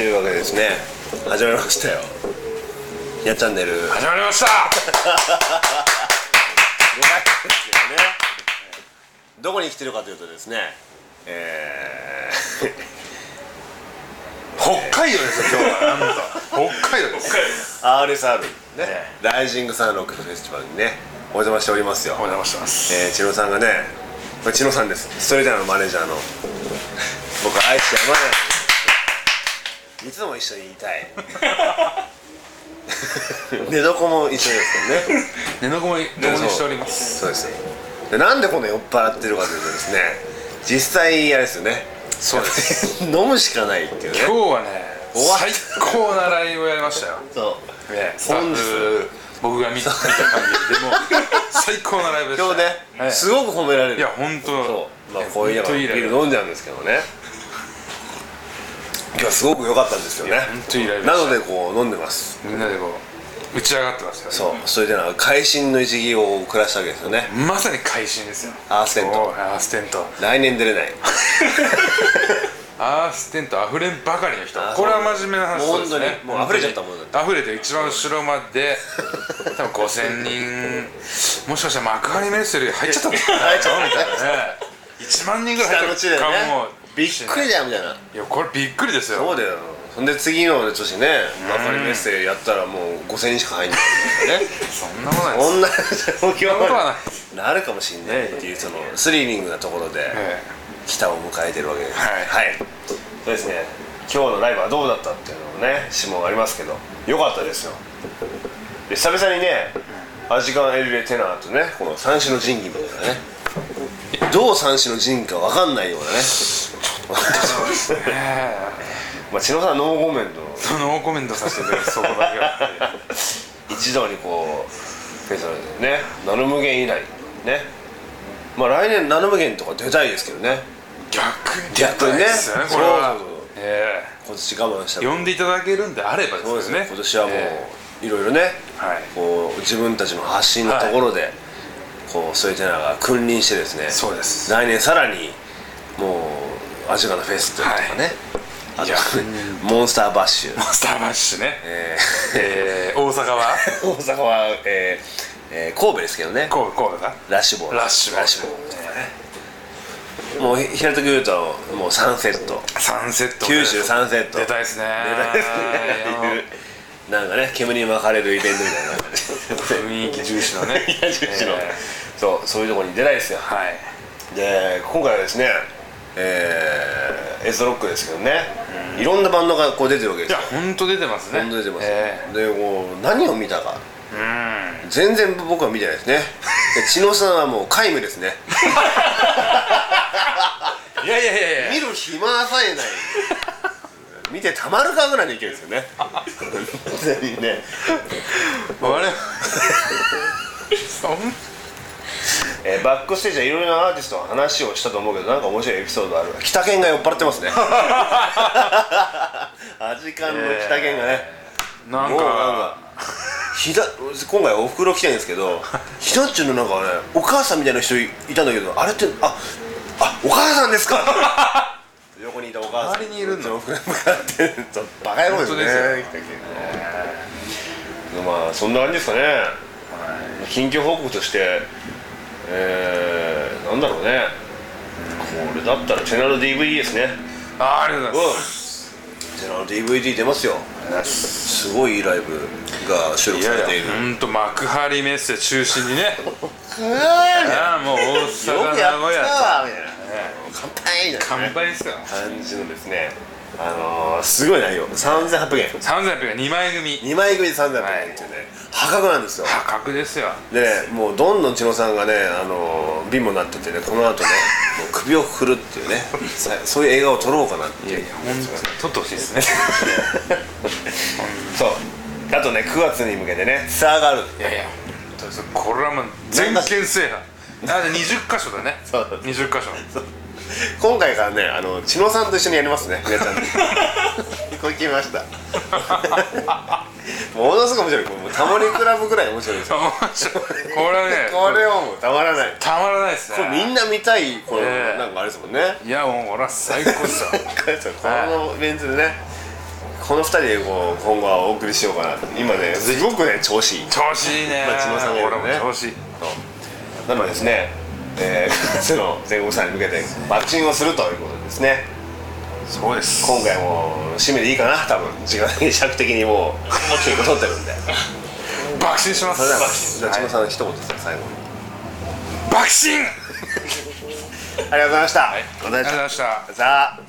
いうわけでですね始まりましたよ「やチャンネル」始まりましたご覧ですよねどこに来てるかというとですねえー北海道ですよ今日はなんと北海道ですお RSR ねねライジングサンロックフェスティバルにねお邪魔しておりますよ邪魔してますえー、千野さんがねこれ千野さんですストレーターのマネージャーの僕愛してやまないんですいつも一緒にいた い寝床も一緒ですもんね寝床そもう同にしておりますそうですでなんでこの酔っ払ってるかというとですね実際あれですよねそうです 飲むしかないっていうね今日はね終わっ最高なライブをやりましたよ、ね、そうスタッフ僕が見見た感じでもう最高なライブでし今た日ね、はいすごく褒められるいや本そ当うまあこういうの本当いビいライーブル飲んじゃうんですけどね今日はすごく良かったんですよね本当いいライブでなしたのでこう飲んでますみんなでこう打ち上がってますよねそうそれでなんか会心の一撃を暮らしたわけですよねまさに会心ですよアーステントおうアーステント来年出れ ないアーステント溢れんばかりの人あーこれは真面目な話そうですねもう本当にもう溢れちゃったもんだって溢れて一番後ろまで多分5000人もしかしたら幕張メッセより入っちゃったのかな入っちゃったみたいなね1万人ぐらい下入のっ地でちゃねったかもびっくりだよみたいないやこれびっくりですよそうだよそんで次の年ね幕張メッセやったらもう5000人しか入ん ないねそんなことないですこんな状況そんなことはまでなるかもしんないっていうそのスリリングなところでえ北を迎えてるわけですはいそうですね今日のライブはどうだったっていうのもね指紋ありますけど良かったですよで久々にねアジカンエルレテナーとねこの三種の神器みたいなねどう三種の神器か分かんないようなねええ まあ千野さんノーコメントのえノーコメントさせてくださいそこだけは一度にこうフェスでねナノ無限以来ねまあ来年ナノ無限とか出たいですけどね逆に逆にねですよねこれはそうそうそうえ今年我慢したえ呼んでいただけるんであればそうでですすねね今年はもええういろいろね、はいこう自分たちの発信のところで、こうそういうテナーが君臨してですねそうです来年さらにもうアジカのフェスとかね、はいあいやと モンスターバッシュ、スターバッシュね、え えー、大阪 はー大阪は、えーえー神戸ですけどね神戸神戸だラッシュボールラッシュボールラッシュボールとかねもうひ平たく言うともう3セットサンセット93セット出たいですね出たいですね なんかね煙に巻かれるイベントみたいな感じ雰囲気重視のね いや重視のえそうそういうところに出ないですよーはいで今回はですねえー、エスロックですけどね、いろんなバンドがこう出てるわけでいすやよ本当出てますねバンド出てます、えでこう何を見たかーうん全然僕は見てないですねで知能さんはもう皆無ですねいやいやいやい見やる暇さえ ない見てたまるかぐらいの勢いですよ ね本当にねあれそんえーバックステージはいろいろなアーティストの話をしたと思うけどなんか面白いエピソードある北県が酔っ払ってますねアジカンの北県がね、なもんうなんかかひだ今回おふくろ来てるんですけ どひだっちゅうのなんかねお母さんみたいな人いたんだけどあれってああお母さんですか 横にいたお母さん周りにいるのおふくろに向かってちょっとバカ野郎ですね本当北県ねまあそんな感じですかね近況報告としてえー、なんだろうねこれだったらチェナの DVD ですねあーありがとうございまうんチェナの DVD 出ますよすすごいいいライブが収録いされやていいるや本当幕張メッセ中心にねああもう大よ阪くや名っ古屋たわみたいな乾杯みたいな乾杯ですよ感じのですねあのー、すごい内容3800円3800円2枚組2枚組で3800円っていうね破格なんですよ破格ですよでねもうどんどん千野さんがねあのー、貧乏になっててねこの後ねもう首を振るっていうねさそういう映画を撮ろうかなっていう本当に撮ってほしいですねそうあとね9月に向けてねツアーがあるいやいや本当にこれはもう全県制覇あで20箇所だねそうだね20箇所今回からねあの千野さんと一緒にやりますね皆さんこれ決めました ものすごく面白いこれもうタモリクラブぐらい面白いですよ面白いこれはねこれはもうたまらないたまらないですこれみねんな見たいこのええなんかあれですもんね いやもう俺は最高ですよこのメンツでねこの2人でこう今後はお送りしようかなって今ねすごくね調子いい調子いいねまあ千葉さんがいる俺ねも調子いいそうなのでですね、えー、9月 の全国さんに向けてマッチングをするということでですねそうです今回も締めでいいかな多分時間的に尺的にもう結構取ってるんで爆心しますそれでは爆じゃあ千葉さんの一言ですね最後に爆心ありがとうございました、ありがとうございましたさあ